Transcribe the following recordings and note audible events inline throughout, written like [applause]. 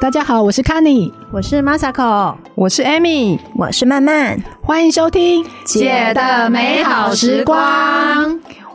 大家好，我是 c a n n y 我是 Masako，我是 Amy，我是曼曼，欢迎收听《姐的美好时光》。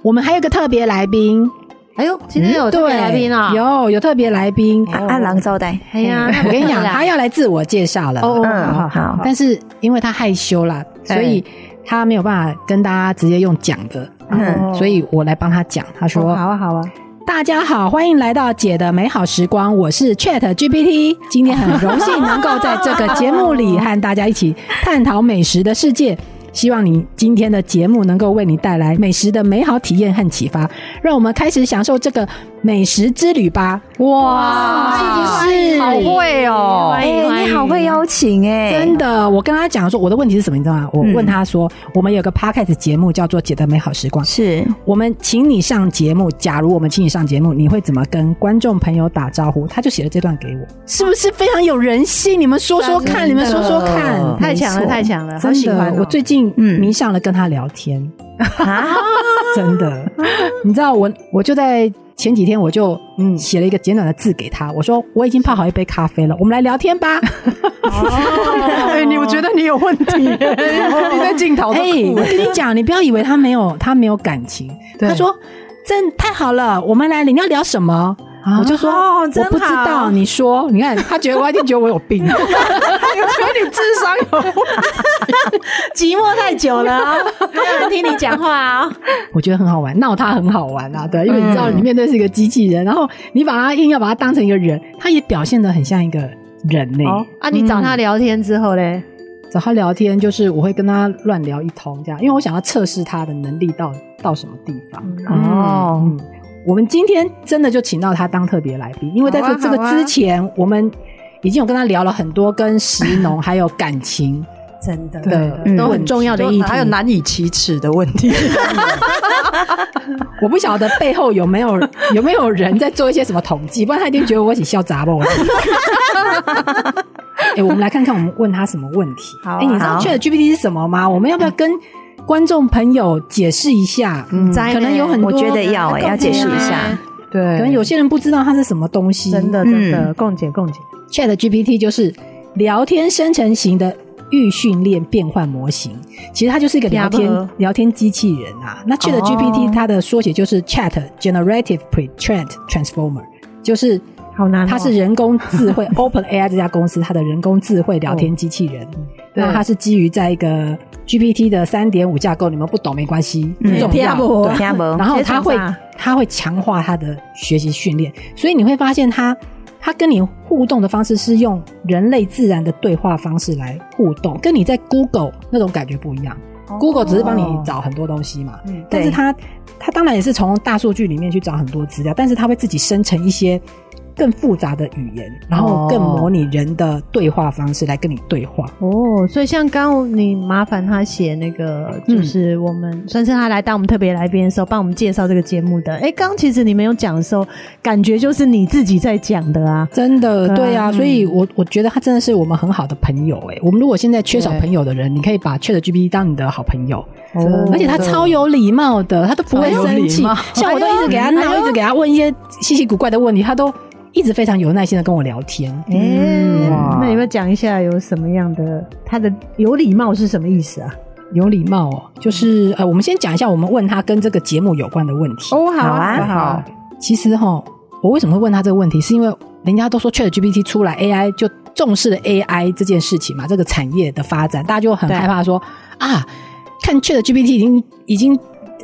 我们还有个特别来宾，嗯哎呦，今天有特别来宾啊、对有有特别来宾。阿郎招待。哎呀，我跟你讲，他他要来自我介绍了，哦，哎嗯，好好好，好，但是因为他害羞啦，所以他没有办法跟大家直接用讲的，嗯所以我来帮他讲。他说说哦好啊好啊，：“大家好，欢迎来到姐的美好时光，我是 Chat GPT，今天很荣幸能够在这个节目里和大家一起探讨美食的世界。”希望你今天的节目能够为你带来美食的美好体验和启发，让我们开始享受这个美食之旅吧！哇，是好会哦！欢迎哎，你好会邀请哎，真的，我跟他讲说，我的问题是什么，你知道吗？我嗯问他说，我们有个 podcast 节目叫做《姐的美好时光》，是我们请你上节目，假如我们请你上节目，你会怎么跟观众朋友打招呼？他就写了这段给我，是不是非常有人性？你们说说看，你们说说看，太强了没错太强了，好真喜的欢哦，我最近嗯迷上了跟他聊天，啊， [laughs] 真的。你知道我，我就在前几天我就嗯写了一个简短的字给他，我说我已经泡好一杯咖啡了，我们来聊天吧。哦 [laughs] 哎，你我觉得你有问题，你在镜头都哎、哭我跟你讲，你不要以为他没有他没有感情。对他说：“真太好了，我们来，你要聊什么？”我就说：“哦真我不知好道。”你说，你看他觉得我一定觉得我有病。我觉得你智商有问题。 [laughs] 寂寞太久了，哦没有人听你讲话啊，我觉得很好玩，闹他很好玩啊，对，因为你知道你面对是一个机器人，然后你把他硬要把他当成一个人，他也表现的很像一个人呢、哦啊，你找他聊天之后嘞，找他聊天就是我会跟他乱聊一通这样，因为我想要测试他的能力到到什么地方。哦，嗯，我们今天真的就请到他当特别来宾，因为在好啊这这个好啊之前，我们已经有跟他聊了很多跟食 [laughs] 农还有感情真的的嗯都很重要的议题。还有难以启齿的问题。 [laughs] 我不晓得背后有没有有没有人在做一些什么统计，不然他一定觉得我一起笑砸 [laughs] 了。哎、我们来看看我们问他什么问题。好啊哎、你知道好 Chat GPT 是什么吗？我们要不要跟观众朋友解释一下？嗯，在呢可能有很多，我觉得要哎，要解释一下，对，可能有些人不知道它是什么东西。真的真的，共解共解， Chat GPT 就是聊天生成型的预训练变换模型，其实它就是一个聊呀呵天聊天机器人啊。那 Chat 哦 GPT 它的缩写就是 Chat Generative Pre-trained Transformer，就是好难哦，它是人工智慧 Open AI 这家公司它的人工智慧聊天机器人，那它是基于在一个 GPT 的三点五架构，你们不懂没关系，嗯不重听要。不懂对听不懂然后这是它会啥它会强化它的学习训练，所以你会发现它它跟你互动的方式是用人类自然的对话方式来互动，跟你在 Google 那种感觉不一样。Google 只是帮你找很多东西嘛，嗯但是哦对它它当然也是从大数据里面去找很多资料，但是它会自己生成一些更复杂的语言，然后更哦模拟人的对话方式来跟你对话。哦，所以像刚你麻烦他写那个，嗯就是我们、算是他来当我们特别来宾的时候，帮我们介绍这个节目的。哎，刚其实你没有讲的时候，感觉就是你自己在讲的啊。真的，对啊对啊，嗯所以我我觉得他真的是我们很好的朋友哎、我们如果现在缺少对朋友的人，你可以把 Chat GPT 当你的好朋友，哦而且他超有礼貌的，他都不会超有生气礼貌。 [laughs] 哎像我都一直给他闹，一直给他问一些稀奇古怪的问题，他都一直非常有耐心的跟我聊天。哎、哇那你们讲一下有什么样的他的有礼貌是什么意思啊？有礼貌哦，就是呃，我们先讲一下我们问他跟这个节目有关的问题。哦，好好啊好，其实哈，我为什么会问他这个问题，是因为人家都说 Chat GPT 出来，AI 就重视了 AI 这件事情嘛，这个产业的发展，大家就很对害怕说啊，看 Chat GPT 已经已经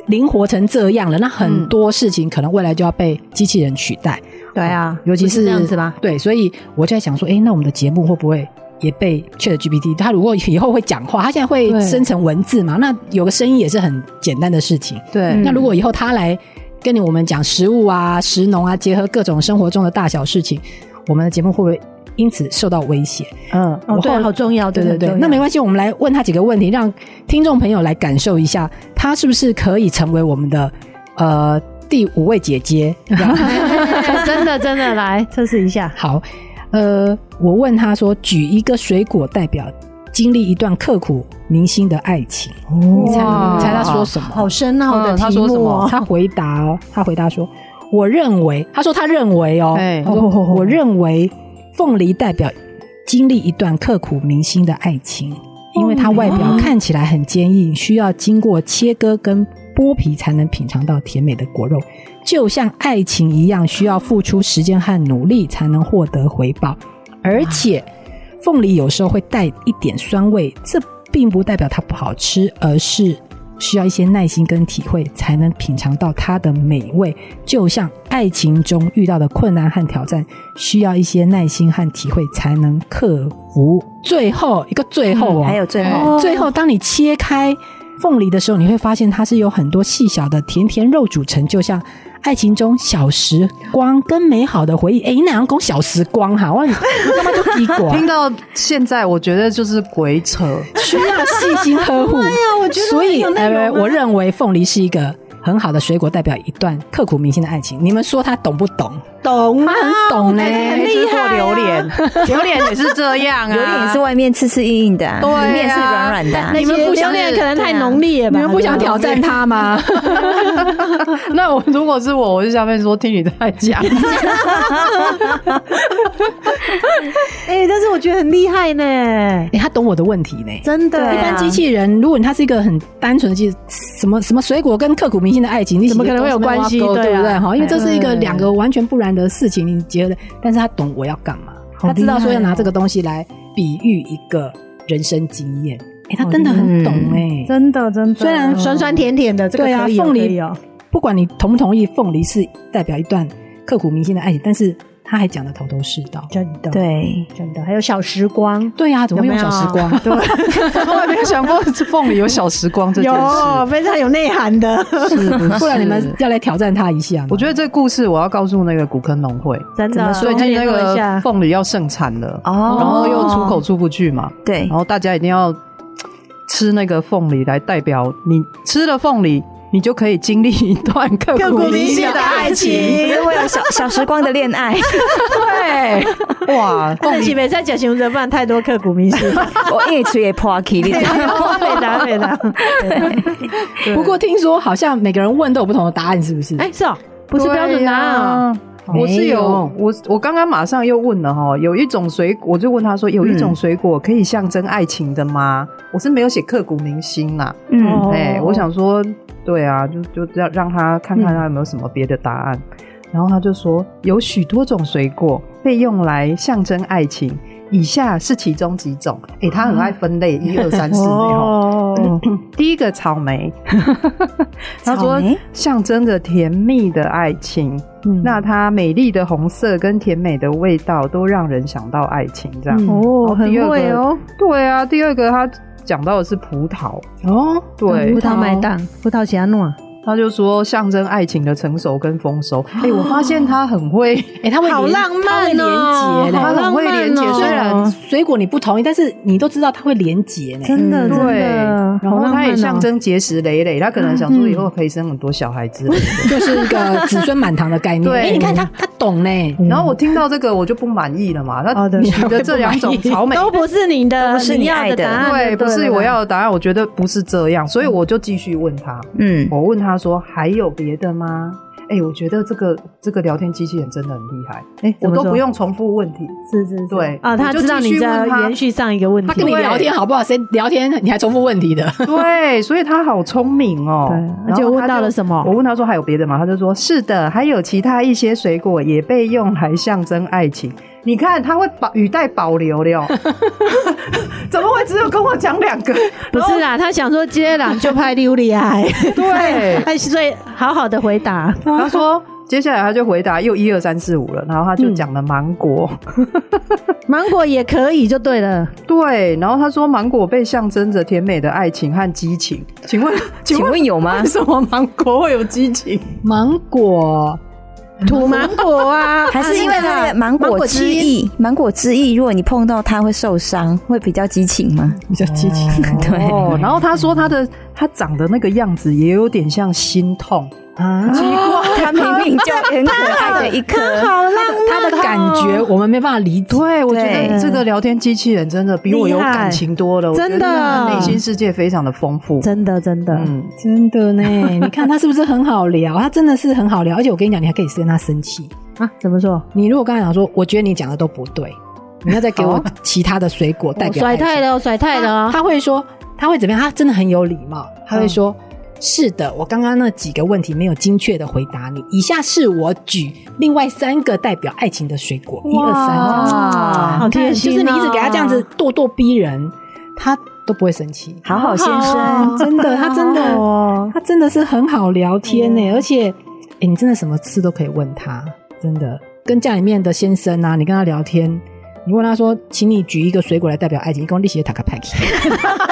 灵活成这样了，那很多事嗯情可能未来就要被机器人取代，对啊，尤其不是这样子吧？对，所以我就在想说，诶，那我们的节目会不会？也被 Chat GPT，它如果以后会讲话，它现在会对生成文字嘛？那有个声音也是很简单的事情。对嗯那如果以后他来跟你我们讲食物啊、食农啊，结合各种生活中的大小事情，我们的节目会不会因此受到威胁？嗯，哦，我对，后好重要，对对对，那那没关系，我们来问他几个问题，让听众朋友来感受一下，他是不是可以成为我们的呃第五位姐 [laughs] 姐？ [laughs] 真的真的来测试一下。好，呃，我问他说，举一个水果代表经历一段刻骨铭心的爱情，你猜哇哦你猜他说什么？好深奥的嗯题目、哦他说什么他回答哦，他回答说：“我认为，他说他认为哦，哎他说哦我认为凤梨代表经历一段刻骨铭心的爱情，因为它外表看起来很坚硬，需要经过切割跟剥皮才能品尝到甜美的果肉，就像爱情一样，需要付出时间和努力才能获得回报，而且。凤梨有时候会带一点酸味，这并不代表它不好吃，而是需要一些耐心跟体会才能品尝到它的美味。就像爱情中遇到的困难和挑战，需要一些耐心和体会才能克服。最后一个最后哦，嗯还有最后，哦最后，当你切开凤梨的时候，你会发现它是由很多细小的甜甜肉组成，就像爱情中小时光跟美好的回忆。哎、你哪样讲小时光哈、我你干嘛就低果、 [laughs] 听到现在，我觉得就是鬼扯。需要细心呵护。哎我觉得所以很有内容啊呃，我认为凤梨是一个很好的水果，代表一段刻骨铭心的爱情。你们说他懂不懂？啊啊懂他哎很懂呢、很厉害、榴莲，榴莲也是这样啊，榴莲也是外面刺刺硬硬的啊，对啊里面是软软的啊。你们不想那些可能太浓烈吧？你们不想挑战他吗？那我如果是我，我就下面说听你在讲，哎、但是我觉得很厉害呢，哎、他懂我的问题呢、真的。对一啊般机器人，如果他是一个很单纯的机，什么什么水果跟刻骨铭心的爱情，你怎么可能会有关系对不对啊对？哈，因为这是一个对两个完全不然的事情，你结合的，但是他懂我要干嘛，好他知道说要厉害哦拿这个东西来比喻一个人生经验，哎，他真的很懂哎。真的，真的，虽然酸酸甜甜嗯的，这个对啊可以有凤梨可以哦有不管你同不同意，凤梨是代表一段刻骨铭心的爱情，但是他还讲的头头是道。真的，，对，真的，还有小时光，对呀，怎么会用有没小有时 [laughs] 光？我也没有想过凤梨有小时光这件有事。非常有内涵的，是不是 [laughs] 不然你们要来挑战他一下吗。我觉得这故事我要告诉那个古坑农会，真怎的。么说最近那联络一下个凤梨要盛产了，哦然后又出口哦出不去嘛，对然后大家一定要吃那个凤梨来代表你吃了凤梨，你就可以经历一段刻刻骨骨铭啊铭心心的的爱爱情。情。是为了小 [laughs] 小时光的恋爱， [laughs] [laughs] 对，哇，但是没在讲形容这办太多刻骨铭心，我一直也破 k 你知道吗 [laughs] 对啊的对的。不过听说好像每个人问都有不同的答案，是不是？哎，是哦，不是标准答案哦。对啊。我是有我我刚刚马上又问了哈，有一种水果，我就问他说，有一种水果可以象征爱情的吗？我是没有写刻骨铭心啦，嗯，哦哎、我想说，对啊，就就让让他看看他有没有什么别的答案。然后他就说，有许多种水果被用来象征爱情，以下是其中几种。哎、他很爱分类，一二三四那种。哦，第一个 [laughs] 草莓，他草说莓象征着甜蜜的爱情。嗯那它美丽的红色跟甜美的味道都让人想到爱情，这样。嗯哦，很第二个会哦。对啊，第二个他讲到的是葡萄，哦，对，葡萄麦蛋，葡萄其他诺，他就说象征爱情的成熟跟丰收。哦哎、我发现他很会，哎，他会连他会连结嘞，哦好他很浪会漫连结哦虽虽然水果你不同意，但是你都知道它会连结呢。真的嗯真对的，，好然后浪他漫也哦嗯象征结实累累。他可能想说以后可以生很多小孩子。就是一个子孙满堂的 [laughs] 概念。对哎，你看他他懂呢，嗯然后我听到这个我就不满意了嘛。他好的你的这两种草 [laughs] 莓都不是你的，都不是你要爱的答案，对，不对是了我。要的答案，我觉得不是这样，所以我就继续问他。嗯，我问他说：“还有别的吗？”哎、我觉得这个这个聊天机器人真的很厉害，哎，我怎么都说不用重复问题。是是是对啊，他我就知道继你续在问他延续上一个问题，他跟你对聊天好不好？谁聊天你还重复问 [laughs] 题的？对，所以他好聪明哦。 [laughs] 对然后而且我问到了他就什么我问他说还有别的吗？他就说是的，还有其他一些水果也被用来象征爱情。你看他会保语带保留的哦， [laughs] 怎么会只有跟我讲两个？不是啦，他想说接了就拍溜里哎，对， [laughs] 哎，所以好好的回答， [laughs] 他说。接下来他就回答又一二三四五了，然后他就讲了芒果，芒果也可以就对了，对，然后他说芒果被象征着甜美的爱情和激情，请问，请请问问有 [laughs] 吗为？什么芒果会有激情？哦芒果嗯土芒果 [laughs] 啊，还是因为它啊的芒芒果果汁液，芒果汁液，如果你碰到它会受伤，会比较激情吗？比较激 [laughs] 情，对哦，然后他说他的他长的那个样子也有点像心痛，啊，它明明就很可爱的一颗， [laughs] 好浪漫，他的感觉我们没办法理解。对我觉对得这个聊天机器人真的比我有感情多了，厉害我觉得他真的内心世界非常的丰富。真的真的，嗯，真的呢， [laughs] 你看他是不是很好聊？他真的是很好聊，而且我跟你讲，你还可以跟他生气。啊，怎么说？你如果跟他讲说，我觉得你讲的都不对，你要再给我好其他的水果代表哦甩爱情太了，甩太了啊！他会说他会怎么样？他真的很有礼貌，他会说。是的，我刚刚那几个问题没有精确的回答你。以下是我举另外三个代表爱情的水果，一二三这样子，哇哦好你看贴心啊就是你一直给他这样子啊咄咄逼人，他都不会生气。好好先生，好真的，他真好好的，哦他真的是很好聊天呢、嗯而且，哎、你真的什么事都可以问他，真的。跟家里面的先生啊，你跟他聊天，你问他说，请你举一个水果来代表爱情，跟我立起塔卡派克。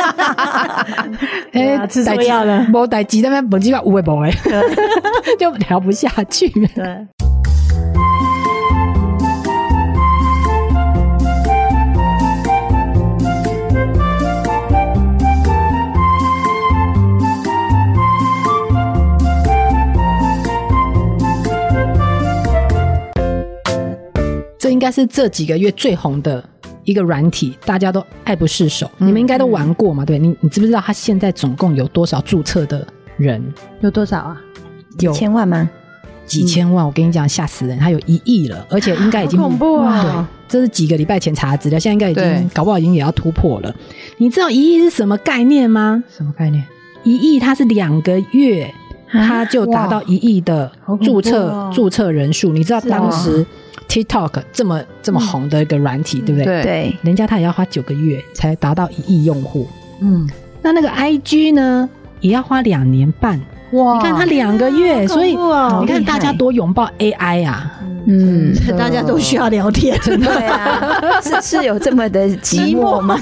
对啊吃错药了没代志，那边本鸡巴无诶无诶，就聊不下去。对，这应该是这几个月最红的一个软体，大家都爱不释手。嗯你们应该都玩过嘛？对你，你知不知道它现在总共有多少注册的人？有多少啊？有千万吗？几千万，我跟你讲，吓死人！它有一亿了，而且应该已经好恐怖啊对，这是几个礼拜前查的资料，现在应该已经对搞不好已经也要突破了。你知道一亿是什么概念吗？什么概念？一亿它是两个月，啊它就达到一亿的好恐怖注册、哦注册人数。你知道是啊当时 TikTok 这么这么红的一个软体，对不对？对对，人家他也要花九个月才达到一亿用户。嗯，那那个 IG 呢，也要花两年半。哇你看他两个月，所以好恐怖哦你看好厉害大家多拥抱 AI 啊！ [laughs] 嗯，大家都需要聊天，对啊，是是有这么的寂寞吗？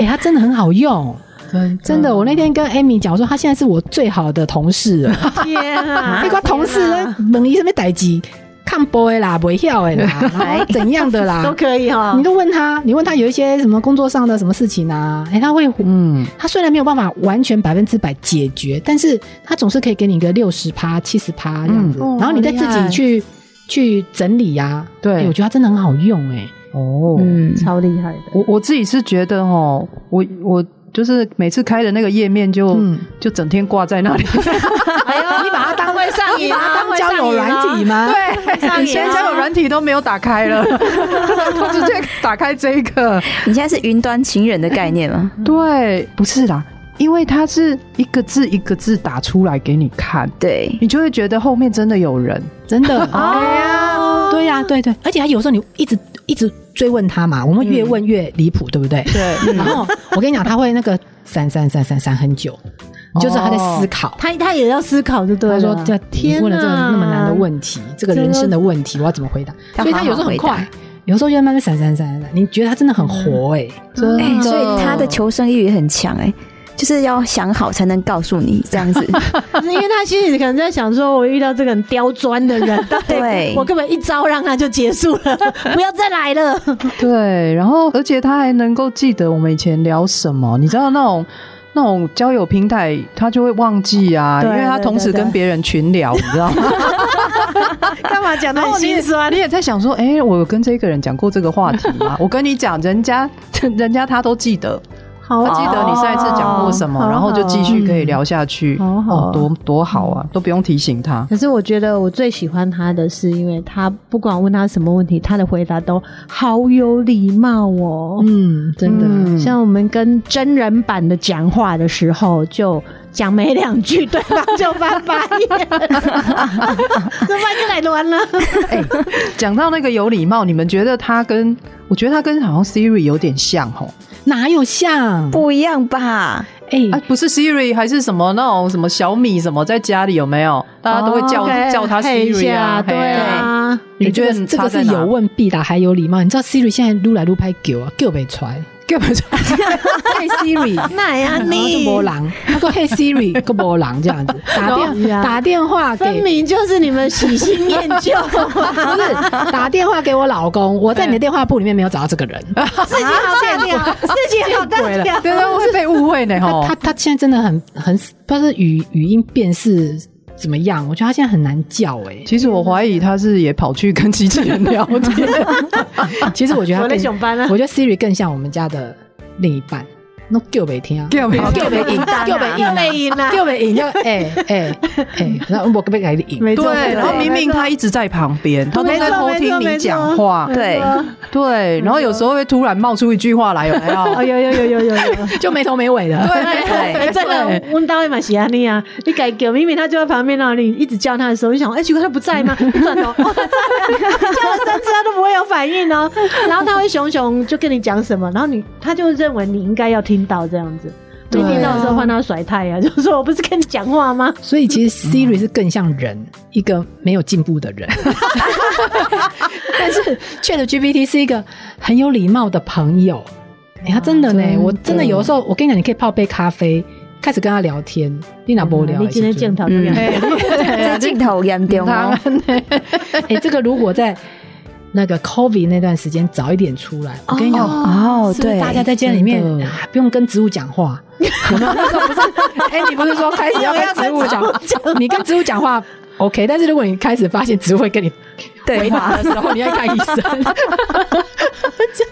哎、它真的很好用，嗯真真的。我那天跟 Amy 讲，我说他现在是我最好的同事 [laughs] 了。天啊那个同事呢，猛一什么代机，看 boy 啦，不跳的 [laughs] 啦，然后怎样的啦都，可以哈你。 [laughs] 都问他，你问他有一些什么工作上的什么事情啊？哎、他会嗯，他虽然没有办法完全百分之百解决，但是他总是可以给你一个六十趴、七十趴这样子，嗯然后你再自哦厉害己去去整理呀、啊。对哎我觉得它真的很好用哎、哦，嗯，超厉害的，我我自己是觉得哦，我我就是每次开的那个页面就、嗯就整天挂在那 [laughs] 里，哎呦，你把它当会上 [laughs] 你把它当交友软体吗？ [laughs] 对，上以前瘾啊交友软体都没有打开了， [laughs] 我直接打开这嗯个，你现在是云端情人的概念吗？ [laughs] 对，不是啦，因为它是一个字一个字打出来给你看，对，你就会觉得后面真的有人，真 [laughs] 的，哦哎呀，对呀、对对，而且他有时候你一直一直追问他嘛，我们越问越离谱，对不对？对，然后我跟你讲，他会那个闪闪闪闪闪很久，就是他在思考。他他也要思考，就对啊他了。说：“这你天问了这个哪那么难的问题，这个人生的问题，我要怎么回答？”要所以他有时候很好好快回，有时候就在慢慢闪闪闪闪闪。你觉得他真的很活哎、真的，哎、所以他的求生欲也很强，哎，就是要想好才能告诉你这样子。是因为他心里可能在想说，我遇到这个很刁钻的人，对我根本一招让他就结束了，不要再来了。 [laughs] 对，然后而且他还能够记得我们以前聊什么，你知道那种。那种交友平台，他就会忘记啊，因对为他对同时对跟对别人群聊，你知道吗？干嘛讲的然很后哦你心也啊酸你？也在想说，哎、我有跟这个人讲过这个话题吗？ [laughs] 我跟你讲，人家 [laughs] 人家他都记得，好啊他记得你上一次讲过什么，好好啊然后就继续可以聊下去，嗯好好哦多多好啊，都不用提醒他。可是我觉得我最喜欢他的是，因为他不管问他什么问题，他的回答都好有礼貌哦。嗯，真的。嗯像我们跟真人版的讲话的时候，就讲没两句，对方就翻白 [laughs] 眼，这翻就来乱了。 [laughs] 哎、讲到那个有礼貌，你们觉得他跟我觉得他跟好像 Siri 有点像吼，哪有像？不一样吧？哎、啊，不是 Siri 还是什么那种什么小米什么，在家里有没有？大家都会叫、哦，OK，叫他嘿一 Siri 啊下，对啊，你你觉觉得得这差个在是哪有问必答，还有礼貌。你知道 Siri 现在撸来撸拍狗啊，狗被传。根本就。[laughs] 嘿 Siri，那呀然后就你波。狼，他说嘿 Siri，个波狼这样子打然后电打电话分给明就是你们喜新厌旧，不是打电话给我老公，我在你的电话簿里面没有找到这个人。事情好单调，事情好单调 [laughs] 对对，会被误会呢哦吼他。他他现在真的很很，不知道是语语音辨识怎么样，我觉得他现在很难叫哎、其实我怀疑他是也跑去跟机器人聊天， [laughs] 其实我觉得我他在更上班啊我觉得 Siri 更像我们家的另一半。那叫袂听，叫袂叫袂赢，啊叫袂又被赢，赢了，啊叫袂赢，要哎哎哎，那我可不可以赢？没错对，然后对明明他一直在旁边，他都没在错偷没错听没错你讲话没，对错啊对，然后有时候会突然冒出一句话来，有 [laughs] 没有？哦，有有有有有有。就没头没尾的。对，没错，对哎，真的，我们单位嘛喜安利啊，你改给明明他就在旁边那里，你一直叫他的时候，你想，哎、奇怪他不 [laughs] 在吗？一转头，哦，他在、啊，叫了三次他都不会有反应 [laughs] 哦。然后他会熊熊就跟你讲什么，然后你他就认为你应该要听到这样子。对没啊听到的时候换他甩太啊，就 [laughs] 说我不是跟你讲话吗？所以其实 Siri 是更像人，一个没有进步的人。但是 Chat GPT 是一个很有礼貌的朋友。哎、他真的呢，真的我真的有的时候，我跟你讲，你可以泡杯咖啡，开始跟他聊天，你哪不聊？嗯你今天见他，到这样，这嗯镜头严重哦， [laughs] 哎、这个如果在那个 COVID 那段时间早一点出来，我跟你讲。哦，嗯是不是对，大家在家里面真的啊不用跟植物讲 [laughs] 话？有没有？那时候不是，哎、你不是说开始要跟植物讲？你跟植物讲话 OK，但是如果你开始发现植物会跟你对回话答的时候，你要看医生。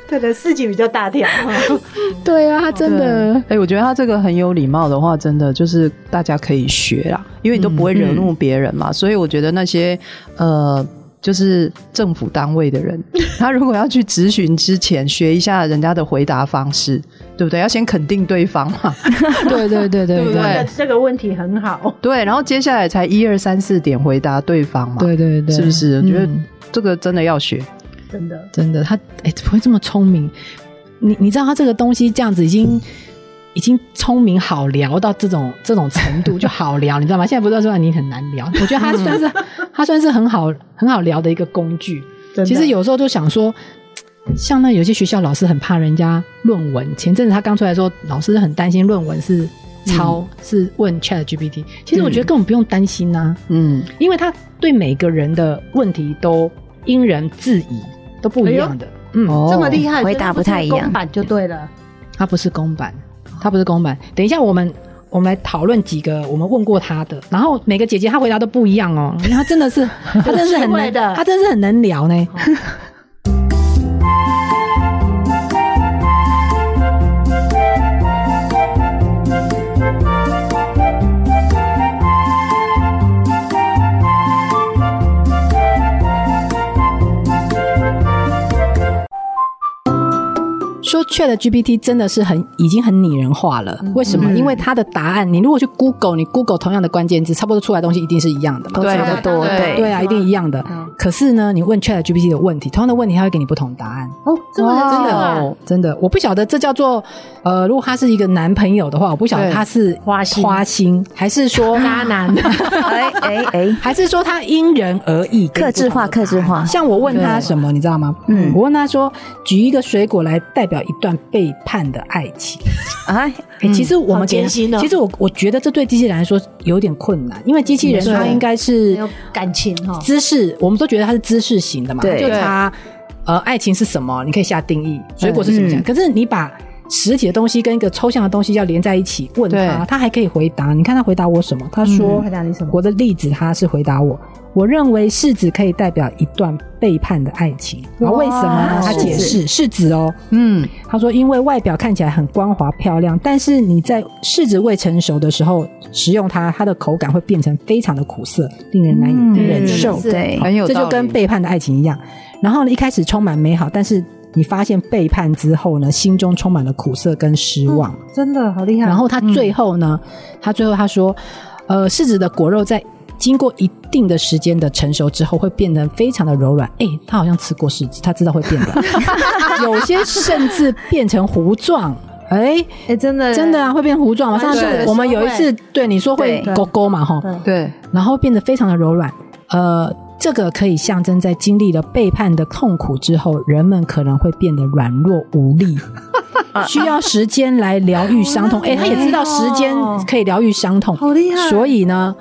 对的事情比较大条。 [laughs] 对啊，他真的哎、我觉得他这个很有礼貌的话，真的就是大家可以学啦，因为你都不会惹怒别人嗯嘛。所以我觉得那些呃，就是政府单位的 [laughs] 人，他如果要去咨询之前，学一下人家的回答方式，对不对？要先肯定对方嘛，对对对对对不对？这个问题很好，对，然后接下来才一二三四点回答对方嘛，对对对，是不是？我觉得嗯这个真的要学，真的。真的他哎怎么会这么聪明？你你知道他这个东西这样子已经。已经聪明好聊到这种这种程度就好聊，你知道吗？现在不是说你很难聊，我觉得他算是 [laughs] 他算是很好很好聊的一个工具。真的其实有时候就想说，像那有些学校老师很怕人家论文。前阵子他刚出来说，老师很担心论文是抄、是问 Chat GPT。其实我觉得根本不用担心啊，嗯，因为他对每个人的问题都因人制宜，都不一样的。嗯，哦这么厉害，回答不太一样公版就对了。它不是公版，它不是公版。等一下我们。我们来讨论几个我们问过他的，然后每个姐姐她回答都不一样哦。她真的是，她真的是很有趣味能，的她真的是很能聊呢。说 Chat GPT 真的是很已经很拟人化了，为什么？嗯因为它的答案，你如果去 Google，你 Google 同样的关键字，差不多出来的东西一定是一样的嘛。都对差不多，对对嗯对啊，一定一样的。可是呢，你问 Chat GPT 的问题，同样的问题，它会给你不同答案。哦，这么哇能真的讲啊哦，真的，我不晓得这叫做呃，如果他是一个男朋友的话，我不晓得对他是花心花心还是说渣啊男，哎哎哎，还是说他因人而异，克制化，克制化，像我问他什么，你知道吗？嗯我问他说，举一个水果来代表一段背叛的爱情。哎，哎、其实我好们艰给，辛哦其实我我觉得这对机器人来说有点困难，因为机器人嗯没错它应该是很有感情哈。知识，我们都觉得它是知识型的嘛，对就它呃，爱情是什么，你可以下定义，水果是什么嗯可是你把实体的东西跟一个抽象的东西要连在一起，问他，对他还可以回答。你看他回答我什么？他说、回答你什么我的例子，他是回答我。我认为柿子可以代表一段背叛的爱情，啊，为什么呢？他柿子解释柿子哦，嗯，他说：“因为外表看起来很光滑漂亮，但是你在柿子未成熟的时候食用它，它的口感会变成非常的苦涩，令人难以嗯忍嗯受。对，很有这道理，就跟背叛的爱情一样。然后呢，一开始充满美好，但是你发现背叛之后呢，心中充满了苦涩跟失望。真的好厉害然后他最后呢，他最后他说，呃，柿子的果肉在经过一定的时间的成熟之后，会变得非常的柔软。哎，他好像吃过柿子，他知道会变软，有些甚至变成糊状。哎，哎、真的真的啊，会变糊状。上次对我们有一次对你说会对勾勾嘛，哈，对对，然后变得非常的柔软。呃，这个可以象征在经历了背叛的痛苦之后，人们可能会变得软弱无 [laughs] 力，需要时间来疗愈伤痛。好哎、厉害他也知道时间可以疗愈伤痛，好厉害所以呢，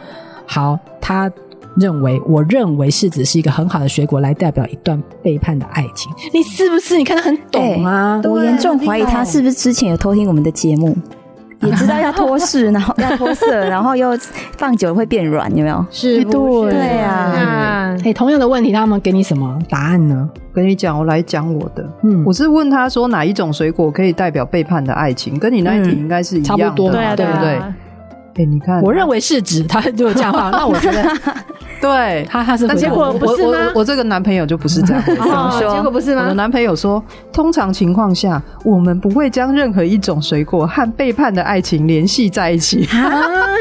好，他认为，我认为柿子是一个很好的水果来代表一段背叛的爱情。你哎是不是？你看他很懂啊。我严重怀疑他是不是之前有偷听我们的节目，也知道要脱饰，然后要脱色，然后又放久了会变软， [laughs] 有没有？哎是不对是？对啊啊，哎，同样的问题，他们给你什么答案呢？嗯跟你讲，我来讲我的。嗯，我是问他说哪一种水果可以代表背叛的爱情，跟你那一题嗯应该是一差样不的多嘛，对啊，对不对？啊，哎，你看，我认为是指他如果这样的话，那我觉得对，他他是但回结答果我不我是吗我我这个男朋友就不是 [laughs] 啊这样回怎答。么哦说结果不是我的吗？男朋友说，通常情况下，我们不会将任何一种水果和背叛的爱情联系在一起。啊，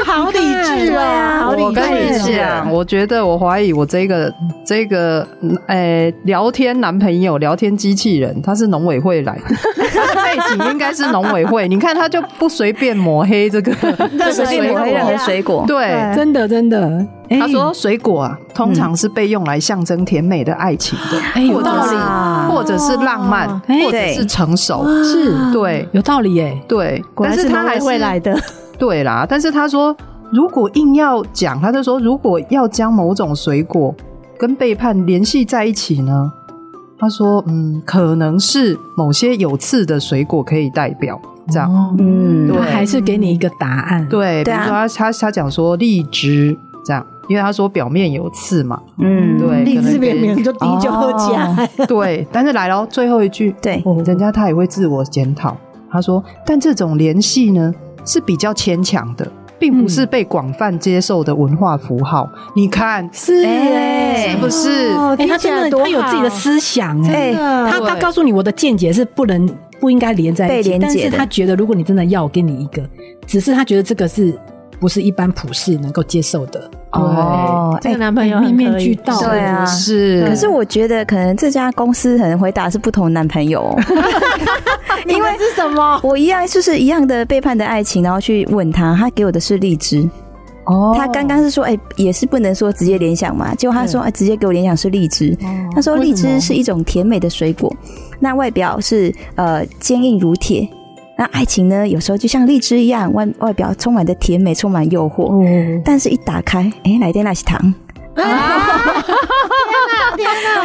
好理智对啊哦，好我理跟你智哦。讲，我觉得我怀疑我这个这个诶、聊天男朋友、聊天机器人，他是农委会来的， [laughs] 他的背景应该是农委会。你看他就不随便抹黑这个对这随个便水抹果黑任何啊水果，对。对真的真的，哎他说：“水果啊，通常是被用来象征甜美的爱情的，哎有或者道是嗯哇或者是浪哦漫，哎或者是成熟，是对有道理耶，对。果但然是他他还还是会来的，对啦，但是他说，如果硬要讲，他就说，如果要将某种水果跟背叛联系在一起呢，他说，嗯，可能是某些有刺的水果可以代表这样。哦嗯，他对还是给你一个答案，对，比对如啊说他他他讲说荔枝这样，因为他说表面有刺 [laughs] 嘛，嗯，对理可能智给明明就滴酒喝哦假，对。但是来咯，最后一句，对，哦人家他也会自我检讨，他说，但这种联系呢是比较牵强的。并不嗯是被广泛接受的文化符号，你看是哎哎是，不是？哦哎，他听起来真的多他有自己的好思想哎，哎，他他他对告诉你我的见解是不能不应该连在一起，被连但结是的他觉得如果你真的要，我给你一个，只是他觉得这个是不是一般普世能够接受的，哦，这个哎，男朋友很面面可以俱到，对啊是，可是我觉得可能这家公司可能回答是不同男朋友 [laughs] 哦，因为是什么？我一样就是一样的背叛的爱情，然后去问他，他给我的是荔枝，哦他刚刚是说，哎、也是不能说直接联想嘛，结果他说，哎、直接给我联想是荔枝。他说，嗯哦为什荔么枝是一种甜美的水果，那外表是呃坚硬如铁。那爱情呢，有时候就像荔枝一样，外外表充满着甜美，充满诱哦嗯惑。但是，一打开，哎、来点那是糖，啊 [laughs]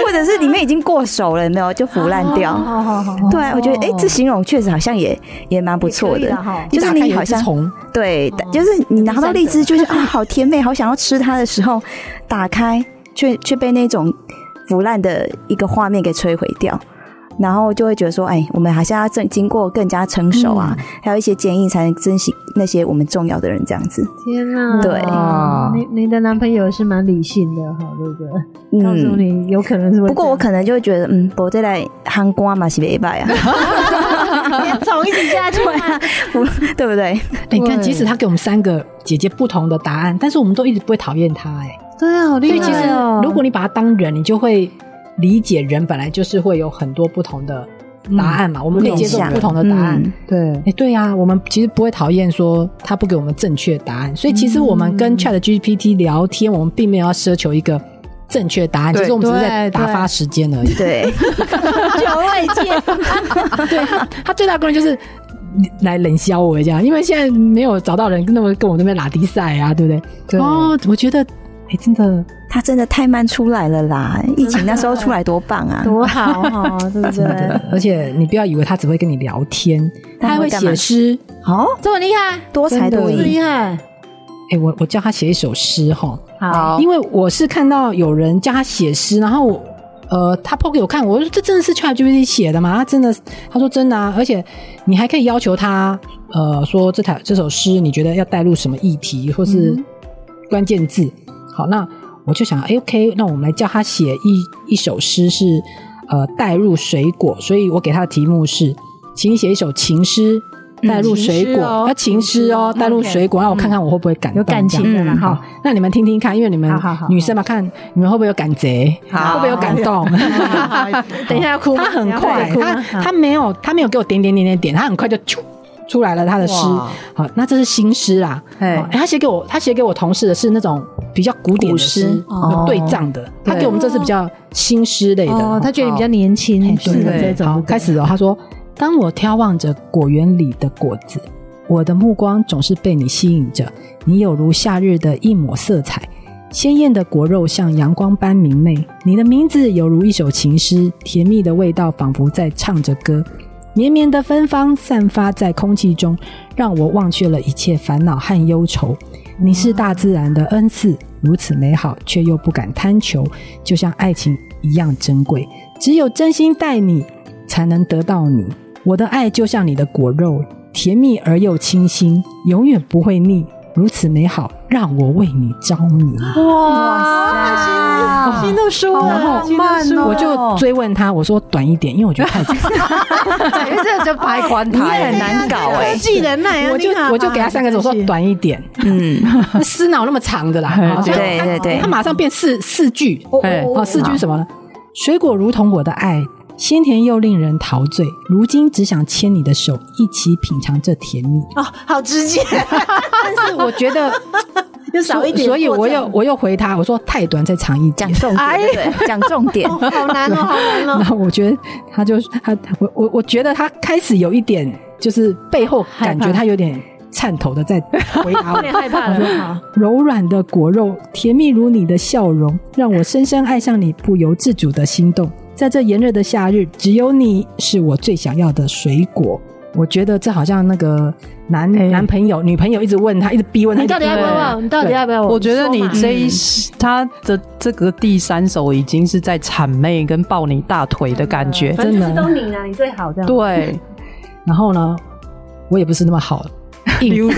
或者是里面已经过熟了，有没有就腐烂掉。哦好哦好好，对啊，我觉得，哎、这形容确实好像也也蛮不错也可以哦的啦哈，就是一打开你有好一只像虫对，但就是你拿到荔枝，就是啊，好甜美，好想要吃它的时候，打开却却被那种腐烂的一个画面给摧毁掉，然后就会觉得说，哎，我们还是要正经过更加成熟啊，嗯还有一些坚硬，才能珍惜那些我们重要的人，这样子。天哪！对哇你你的男朋友是蛮理性的，哈，对不对？告诉嗯，你，有可能是会不过我可能就会觉得，嗯，我这来韩瓜嘛是没败啊，能啊从一起 [laughs] 下去吗， [laughs] 不对不对？哎你看，对即使他给我们三个姐姐不同的答案，但是我们都一直不会讨厌他、哎，对啊，好所以厉其实害哦！如果你把他当人，你就会理解人本来就是会有很多不同的答案嘛，我们可以接受面向不同的答案。嗯对哎、对啊，我们其实不会讨厌说他不给我们正确答案，所以其实我们跟 Chat GPT 聊天，我们并没有要奢求一个正确答案，对其实我们只是在对打发时间而已。对，求外界，对他，他最大功能就是来冷笑我这样，因为现在没有找到人那么跟我那边拉迪赛啊，对不对？对哦，我觉得，哎、真的，他真的太慢出来了啦！疫情那时候出来多棒啊！多好哈，对不真的对？而且你不要以为他只会跟你聊天，他他还会会干嘛写诗。哦，这么厉害，多才真多的艺厉害！哎、我我叫他写一首诗哈，好，因为我是看到有人叫他写诗，然后我。呃，他 PO 给我看，我说这真的是 ChatGPT 写的吗？他真的，他说真的啊，而且你还可以要求他，呃，说这台这首诗你觉得要带入什么议题或嗯是关键字。好，那我就想，哎，OK，那我们来叫他写一一首诗是呃带入水果，所以我给他的题目是，请你写一首情诗。带入水果，情诗哦啊情诗哦，情诗带入 OK 水果，让我看看我会不会感动有感这样情的啦，嗯哈好，，那你们听听看，因为你们好好好女生嘛，看你们会不会有感觉，会好不会有感 [laughs] 动？等一下要哭吗，他很快，他等一下要哭吗嗯他没有他没有给我点点点点点，他很快就啾出来了他的诗哇。好，那这是新诗啦。哎哦哎他写给我，他写给我同事的是那种比较古典的古诗诗，有对仗的。他给我们这是比较新诗类的。哦，他觉得你比较好年轻哎，是的，这对，好种，开始哦。他说：“当我眺望着果园里的果子，我的目光总是被你吸引着。你有如夏日的一抹色彩，鲜艳的果肉像阳光般明媚。你的名字有如一首情诗，甜蜜的味道仿佛在唱着歌。”绵绵的芬芳散发在空气中，让我忘却了一切烦恼和忧愁。你是大自然的恩赐，如此美好却又不敢贪求，就像爱情一样珍贵。只有真心待你，才能得到你。我的爱就像你的果肉，甜蜜而又清新，永远不会腻。如此美好，让我为你着迷。啊哇哇塞心都输了，然后心都慢输了哦我就追问他，我说短一点，因为我觉得太长。啊因为这就拍宽你也很难搞哎、科 [laughs] 技人耐啊，欸我就你好我就给他三个字，我说短一点，嗯，那撕脑那么长的啦，好所以对他对对他马上变四四句，哎哦，四句是什么呢？水果如同我的爱，鲜甜又令人陶醉。如今只想牵你的手，一起品尝这甜蜜。哦，好直接， [laughs] 但是我觉得， [laughs] 就少一点过程，所以我又我又回他，我说太短，再长一点讲。重啊点，对不对讲重点，哦好难哦， [laughs] 好难然哦。后我觉得他就他我我我觉得他开始有一点，就是背后感觉害怕他有点颤抖的在回答有我。点害怕了，好柔软的果肉，甜蜜如你的笑容，让我深深爱上你，不由自主的心动。在这炎热的夏日，只有你是我最想要的水果。我觉得这好像那个男、哎男朋友、女朋友一直问他，一直逼问他，你到底要不要一直逼问我？你到底要不要我？我觉得说你嘛这一时他的这个第三首已经是在谄媚跟抱你大腿的感觉，反正就是真的都你啦，你最好这样。对，然后呢，我也不是那么 [laughs] 好硬，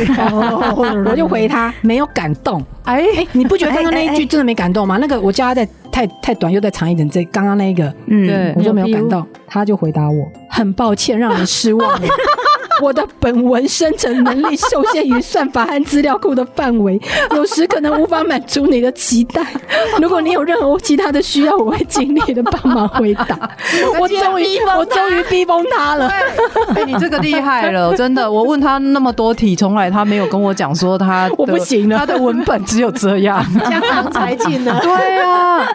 我就回他没有感动。哎，你不觉得刚刚那一句真的没感动吗？那个我叫他再太太短又再长一点，这刚刚那一个嗯对，我说没有感动，他就回答我：“很抱歉让你失望了， [laughs] 我的本文生成能力受限于算法和资料库的范围，有时可能无法满足你的期 [laughs] 待。如果你有任何其他的需要，我会尽力的帮忙回答。 [laughs] 我终于，我终于逼疯他了。哎，你这个厉害了，真的。我问他那么多题，从来他没有跟 [laughs] 我讲说他的我不行啊了他的文本只有这样。。啊江郎才尽呢 [laughs] 对啊，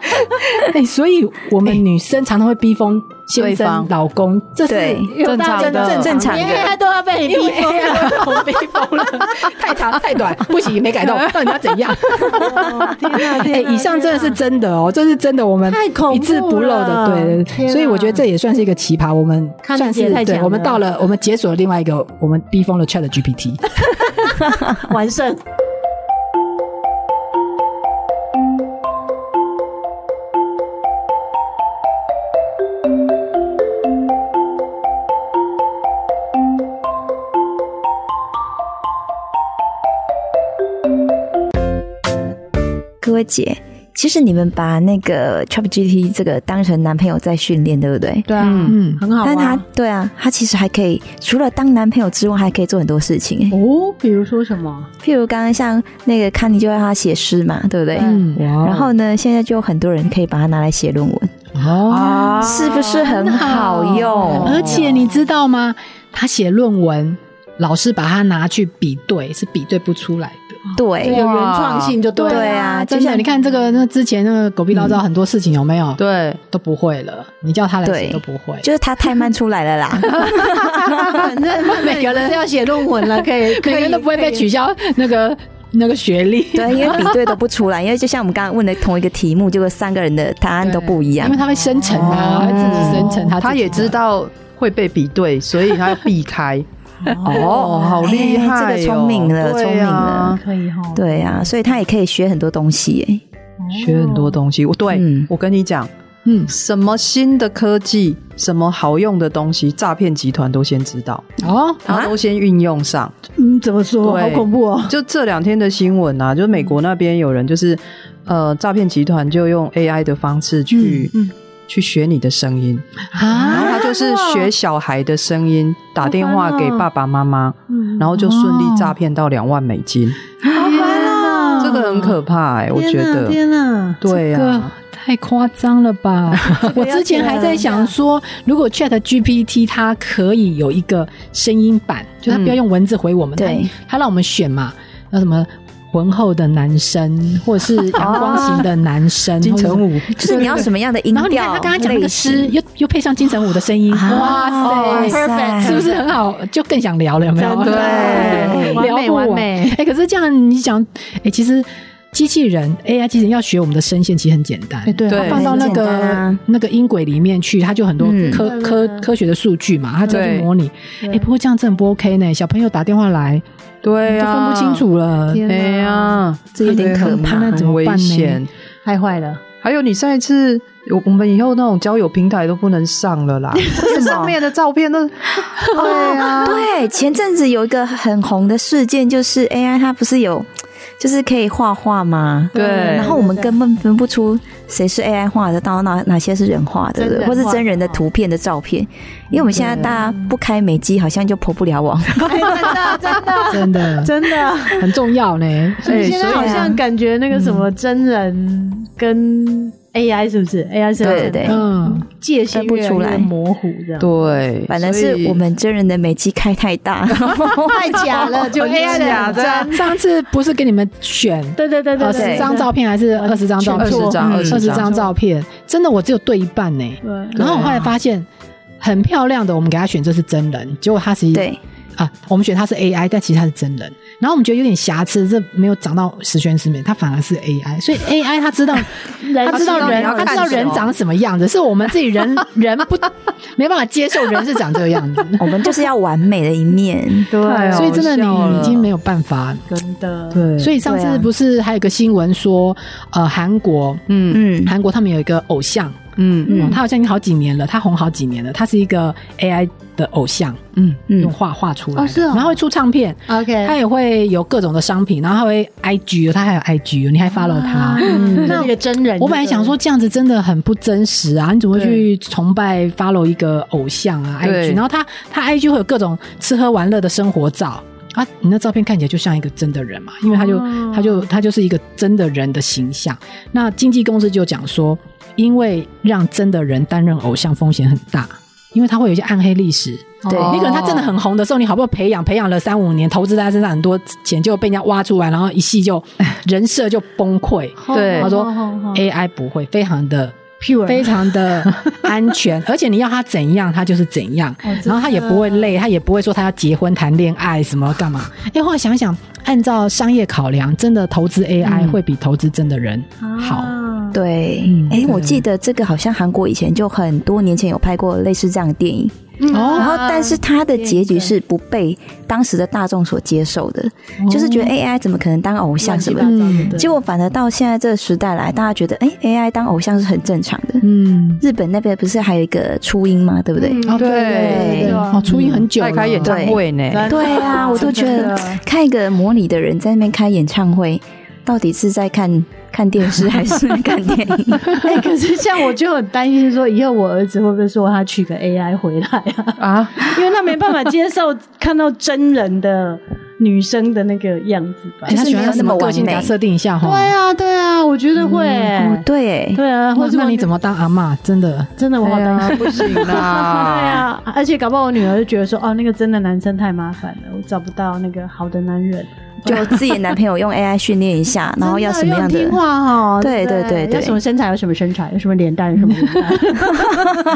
哎、所以我们女生常常会逼疯先对生方、老公，这是对。有道理正常的正常的连 AI 都要被你逼疯了。我逼疯了，太长太短，不行，没改动，到底要怎样？哦天哪 [laughs] 哎、天哪以上真的是天哪真的哦，这是真的，我们太恐怖一字不漏的，了对对天对。啊所以我觉得这也算是一个奇葩，我们看算你姐是太强对，了我们到了，我们解锁了另外一个，我们逼疯了 Chat GPT。 [laughs] 完胜。各位姐，其实你们把那个 ChatGPT 这个当成男朋友在训练，对不对？对啊，嗯，很好啊。但他对啊，他其实还可以除了当男朋友之外，还可以做很多事情、欸。哦，比如说什么？譬如刚刚像那个康妮就让他写诗嘛，对不对？嗯然后呢，现在就有很多人可以把它拿来写论文，哦，啊，是不是很好用？而且你知道吗？他写论文，老师把它拿去比对，是比对不出来的。有对原创性就对了。对啊，就真的，像你看这个，那之前那个狗屁唠叨很多事情有没有？对，都不会了，你叫他来写对都不会。就是它太慢出来了啦， [laughs] 反正每个人都要写论文了，可 [laughs] 以， [laughs] 每个人都不会被取消那个那个学历。对，因为比对都不出来，因为就像我们刚刚问的同一个题目，结果三个人的答案都不一样因为。他会生成啊，他会自己生成他自己的，他也知道会被比对，所以他要避开。哦，好厉害哦！哎这个聪明了对聪明啊了可以哈。对啊，所以他也可以学很多东西耶。学很多东西。我对、嗯我跟你讲，嗯什么新的科技，什么好用的东西，诈骗集团都先知道，哦，然后都先运用上。嗯，怎么说？对好恐怖哦！就这两天的新闻啊，就美国那边有人就是，呃，诈骗集团就用 AI 的方式去、嗯嗯去学你的声音，然啊，后他就是学小孩的声音，打电话给爸爸妈妈，嗯，然后就顺利诈骗到两万美金，好烦哦！这个很可怕哎、我觉天哪得。天哪，对这个啊，太夸张了吧！我之前还在想说，如果 Chat GPT 它可以有一个声音版，就它不要用文字回我们，对它它让我们选嘛，那什么浑厚的男生，或者是阳光型的男生，哦金城武就是你要什么样的音然后你看调？他刚刚讲那个诗，， [laughs] 又又配上金城武的声音，哇啊哇塞！塞，是不是很好？就更想 [laughs] 聊了，有没有？真的对完聊美不完 [laughs] 完美哎、可是这样你想，哎、其实机器人 AI 机器人要学我们的声线，其实很简单。哎对啊它放到那个、很简单啊那个音轨里面去，它就很多嗯科、对对科对科学的数据嘛，它就去对模拟。哎、不过这样真的不 OK 呢，小朋友打电话来对啊都呀、分不清。楚了，天哎呀，这有点可怕。那怎很么危办呢？险。太坏了，还有，你上一次我我们以后那种交友平台都不能上了啦，什么上面的照片都对啊，对，前阵子有一个很红的事件，就是 AI 它不是有，就是可以画画吗？对然后我们根本分不出谁是 AI 画的，到哪哪些是人画的，真人或是画的真人的图片的照片。因为我们现在大家不开美机，好像就破不了网。哎真的真的真的 [laughs] 真的。很重要呢。所以啊哎现在所好以像感觉那个什么真人跟 AI 是不是 AI 是对对嗯，界限越来越分不出来模糊这样。对，反正所是以我们真人的美机开太大，太假了， [laughs] 就 AI 的很真。上次不是给你们选对对对对二对，十对张照。片还是二十张照二片？十嗯张，二二十十张，张照片，真的我只有对一半呢。对然后我后啊来发现，很漂亮的，我们给他选这是真人，结果他实际对，啊，我们选他是 AI，但其实他是真人。然后我们觉得有点瑕疵，这没有长到十全十美，他反而是 AI。所以 AI 他知 [laughs] 道，人他知道人，他他知道你要知道看什人么长什么样子，是我们自己 [laughs] 人人不没办法接受人是长这个样子。我们就是要完美的一面。对太好所以真的笑你了已经没有办法。真的对，所以以上对次啊不是还有个新闻说，呃，韩国，嗯嗯，韩国他们有一个偶像，嗯哦嗯他好像已经好几年了，他红好几年了，他是一个 AI 的偶像，嗯用嗯，画画出来的，哦是哦然后会出唱片，他，OK，也会有各种的商品，然后他会 IG，他还有 IG，你还 follow 他。嗯 [laughs] 那个真人，我本来想说这样子真的很不真实啊！你怎么会去对崇拜 follow 一个偶像啊对？IG，然后他他 IG 会有各种吃喝玩乐的生活照啊，你那照片看起来就像一个真的人嘛，因为他就、哦他就他就是一个真的人的形象。那经纪公司就讲说，因为让真的人担任偶像风险很大，因为他会有一些暗黑历史。嗯对你可能他真的很红的时候，你好不容易培养培养了三五年，投资在他身上很多钱，就被人家挖出来，然后一系就人设就崩溃。对他他说说 AI 不会，非常的哎 pure，非常的安全，而且你要他怎样，他就是怎样，真的然后他也不会累，他也不会说他要结婚、谈恋爱什么干嘛。哎，后来想想，按照商业考量，真的投资 AI 嗯会比投资真的人好。啊对嗯，哎、对我记得这个好像韩国以前就很多年前有拍过类似这样的电影，嗯哦然后但是它的结局是不被当时的大众所接受的，就是觉得 AI 怎么可能当偶像乱什七么八的糟。嗯的，结果反而到现在这个时代来，大家觉得哎、a i 当偶像是很正常的。嗯，日本那边不是还有一个初音吗？对不对？嗯哦对对对，哦初音很久在了，开演唱会呢，对对 [laughs] 啊，我都觉嗯真得的看一个模拟的人在那边开演唱会，到底是在看看电视还是看电 [laughs] 影？哦哎、可是像我就很担心，说以后我儿子会不会说他娶个 AI 回来啊？ [laughs] 啊，因为他没办法接受看到真人的女生的那个样子吧哎。他喜欢什么个性，就是没有那么完美给他设定一下哈。对啊，对啊，我觉得会、哦，对，嗯对啊，那或者那你怎么么当阿嬷？真的，真的我好哎担呀心。，不行 [laughs] 啦，对啊，而且搞不好我女儿就觉得说，哦，那个真的男生太麻烦了，我找不到那个好的男人。就自己的男朋友用 AI 训练一下，然后要什么样真的的要听？ [laughs] 话哈、对对对对对要什么身材有什么身材，有什么脸 [laughs] 蛋有什么脸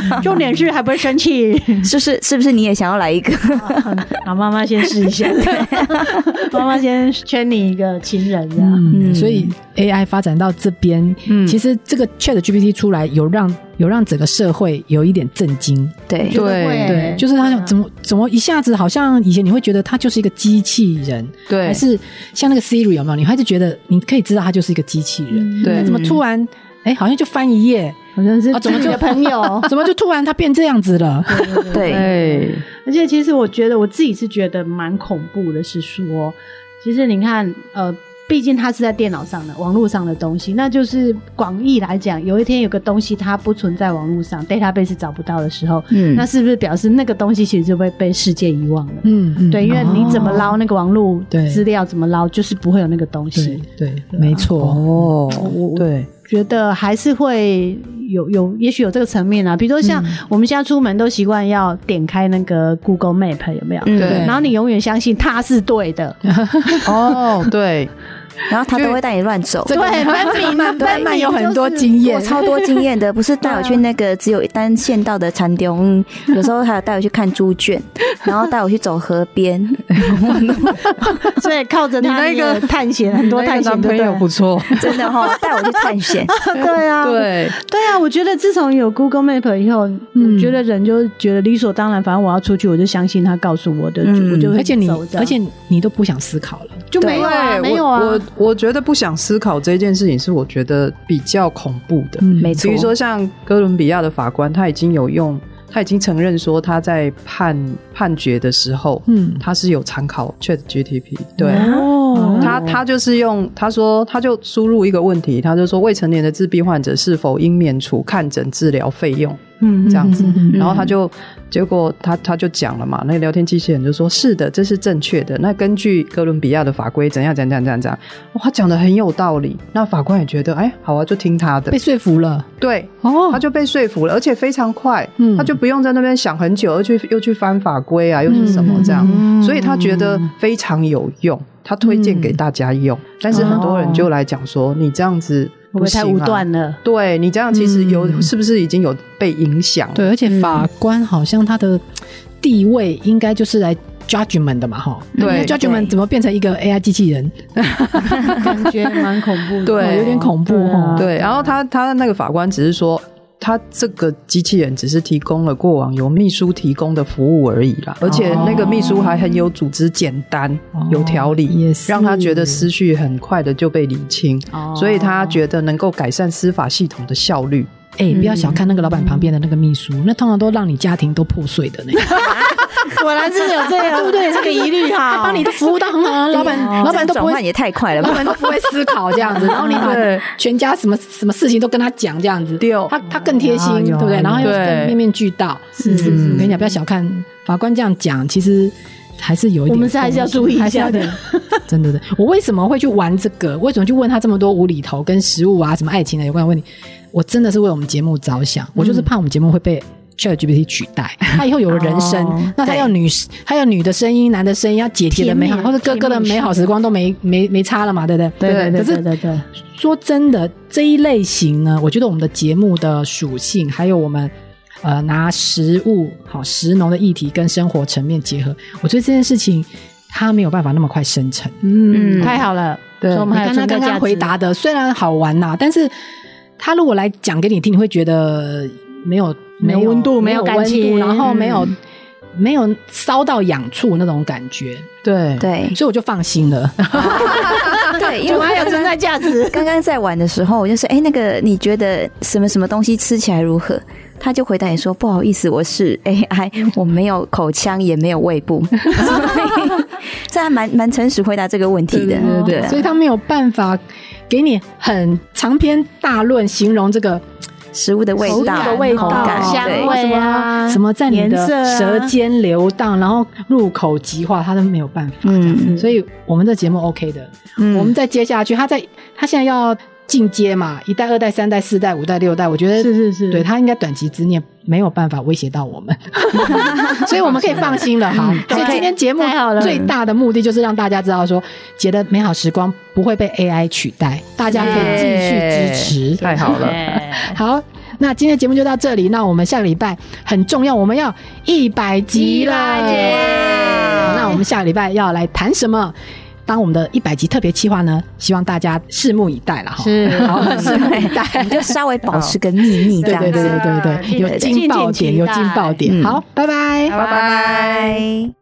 蛋，重点是还不会生 [laughs] 气。是不是是不是你也想要来 [laughs] 一个？好，妈妈先试一 [laughs] 下，妈妈先圈你一个情人这样。嗯，嗯所以 AI 发展到这边，嗯其实这个 Chat GPT 出来有让有让整个社会有一点震惊，对觉得会对，就是他嗯怎么怎么一下子好像以前你会觉得他就是一个机器人，还对，是像那个 Siri 有没有？你还是觉得你可以知道他就是一个机器人，嗯对怎么突然哎、好像就翻一页，好像是啊怎么自己的就？朋友怎么就突然他变这样子了？ [laughs] 对，哎，而且其实我觉得我自己是觉得蛮恐怖的，是说，其实你看，呃，毕竟它是在电脑上的、网络上的东西，那就是广义来讲，有一天有个东西它不存在网络上，database 找不到的时候，嗯那是不是表示那个东西其实就被被世界遗忘了？嗯，嗯对，因为你怎么哦捞那个网络对资料，怎么捞就是不会有那个东西对。对，没错，哦，我对，觉得还是会有有，也许有这个层面啊。比如说嗯像我们现在出门都习惯要点开那个 Google Map，有没有？嗯对然后你永远相信它是对的，哦，对，然后他都会带你乱走。这个 [laughs] 对分明慢分慢明慢有很多就是经我验，[laughs] 超多经验的，不是带我去那个只有一单线道的餐厅，嗯有时候还有带我去看猪圈，然后带我去走河边， [laughs] 所以靠着你他那个的探险，很多那探个险男对啊朋对友不错，真的哈、带我去探险。对啊，对，对啊，我觉得自从有 Google Map 以后，嗯我觉得人就觉得理所当然，反正我要出去，我就相信他告诉我的，嗯我就会而且你走这样而且你都不想思考了，就没有啊，对没有啊，我我我觉得不想思考这件事情是我觉得比较恐怖的。嗯没错比如说像哥伦比亚的法官，他已经有用，他已经承认说他在判判决的时候，嗯他是有参考 Chat GTP，对。哦他他就是用他说他就输入一个问题，他就说未成年的自闭患者是否应免除看诊治疗费用，嗯这样子嗯嗯嗯然后他就结果他他就讲了嘛，那个聊天机器人就说是的，这是正确的。那根据哥伦比亚的法规怎样怎样怎样怎样怎样，哇，他讲的很有道理。那法官也觉得哎，好啊，就听他的被，说服了对，哦他就被说服了，而且非常快，嗯他就不用在那边想很久，而去又去翻法规啊，又是什么这样，嗯所以他觉得非常有用，他推荐给大家用。但是很多人就来讲说，你这样子哦会不不会行、太啊，武断了？对你这样其实有、嗯是不是已经有被影响了？对，而且法官好像他的地位应该就是来 judgment 的嘛，哈。对那 judgment 怎么变成一个 AI 机器人？感觉蛮恐怖的，对哦有点恐怖对哦。啊对，然后他他那个法官只是说，他这个机器人只是提供了过往由秘书提供的服务而已啦，而且那个秘书还很有组织、简单、哦有条理也，是让他觉得思绪很快的就被理清，哦所以他觉得能够改善司法系统的效率。哎，不要小看那个老板旁边的那个秘书，那通常都让你家庭都破碎的呢。果然是有这个， [laughs] 对不对？这个疑虑哈，帮你服务到很嗯好，老板老板都不转换会，也太快了老 [laughs] 吧？板都不会思考这样子，然后你把对全家什么什么事情都跟他讲这样子，对他他更贴心，有对不对？有然后又对更面面俱到，是是我跟你讲，不要小看法官这样讲，其实还是有一点，我们是还是要注意一下还是要 [laughs] 的点。真的，真的，我为什么会去玩这个？为什么去问他这么多无厘头跟食物啊、什么爱情的有关的问题？我真的是为我们节目着想，我就是怕我们节目会被。ChatGPT 取代，他以后有了人声，哦那他要女，他要女的声音、男的声音，要姐姐的美好，甜蜜或者哥哥的美好时光都没没没差了嘛，对不对？对对对可是对对对，说真的，这一类型呢，我觉得我们的节目的属性，还有我们呃拿食物好食农的议题跟生活层面结合，我觉得这件事情它没有办法那么快生成。嗯，嗯太好了，对所以我们还有刚刚存在刚价刚值回答的虽然好玩呐、但是他如果来讲给你听，你会觉得没有没有温度没没有感温度，情然后没有、嗯没有烧到痒处那种感觉，对对所以我就放心了。 [laughs] 对，因我为们还有刚存刚在价值，刚刚在玩的时候，我就说，哎、那个你觉得什么什么东西吃起来如何？他就回答你说，不好意思，我是 AI，我没有口腔，也没有胃部， [laughs] 所以这还蛮蛮诚实回答这个问题的，对对啊所以他没有办法给你很长篇大论形容这个食物的味口道、感的味口道感，香对味什啊么什么在你颜色的啊舌尖流荡，然后入口即化，他都没有办法。嗯，所以我们这节目 OK 的，嗯我们再接下去，他在他现在要进阶嘛，一代、二代、三代、四代、五代、六代，我觉得 [laughs] 是是是对他应该短期之内没有办法威胁到我 [laughs] 们，所以我们可以放心了哈。所以嗯对今天节目太好了最大的目的就是让大家知道说，觉得美好时光不会被 AI 取代，大家可以继续支持。太好了。好，那今天节目就到这里，那我们下个礼拜很重要，我们要一百集了。好那我们下个礼拜要来谈什么？当我们的一百集特别企划呢，希望大家拭目以待了哈。是 [laughs] [laughs] 好，拭目以待。我们就稍微保持个秘密这对样对子，对对对对，有敬劲请爆呃期点，有待劲爆点。[laughs] 嗯好，拜拜。拜拜。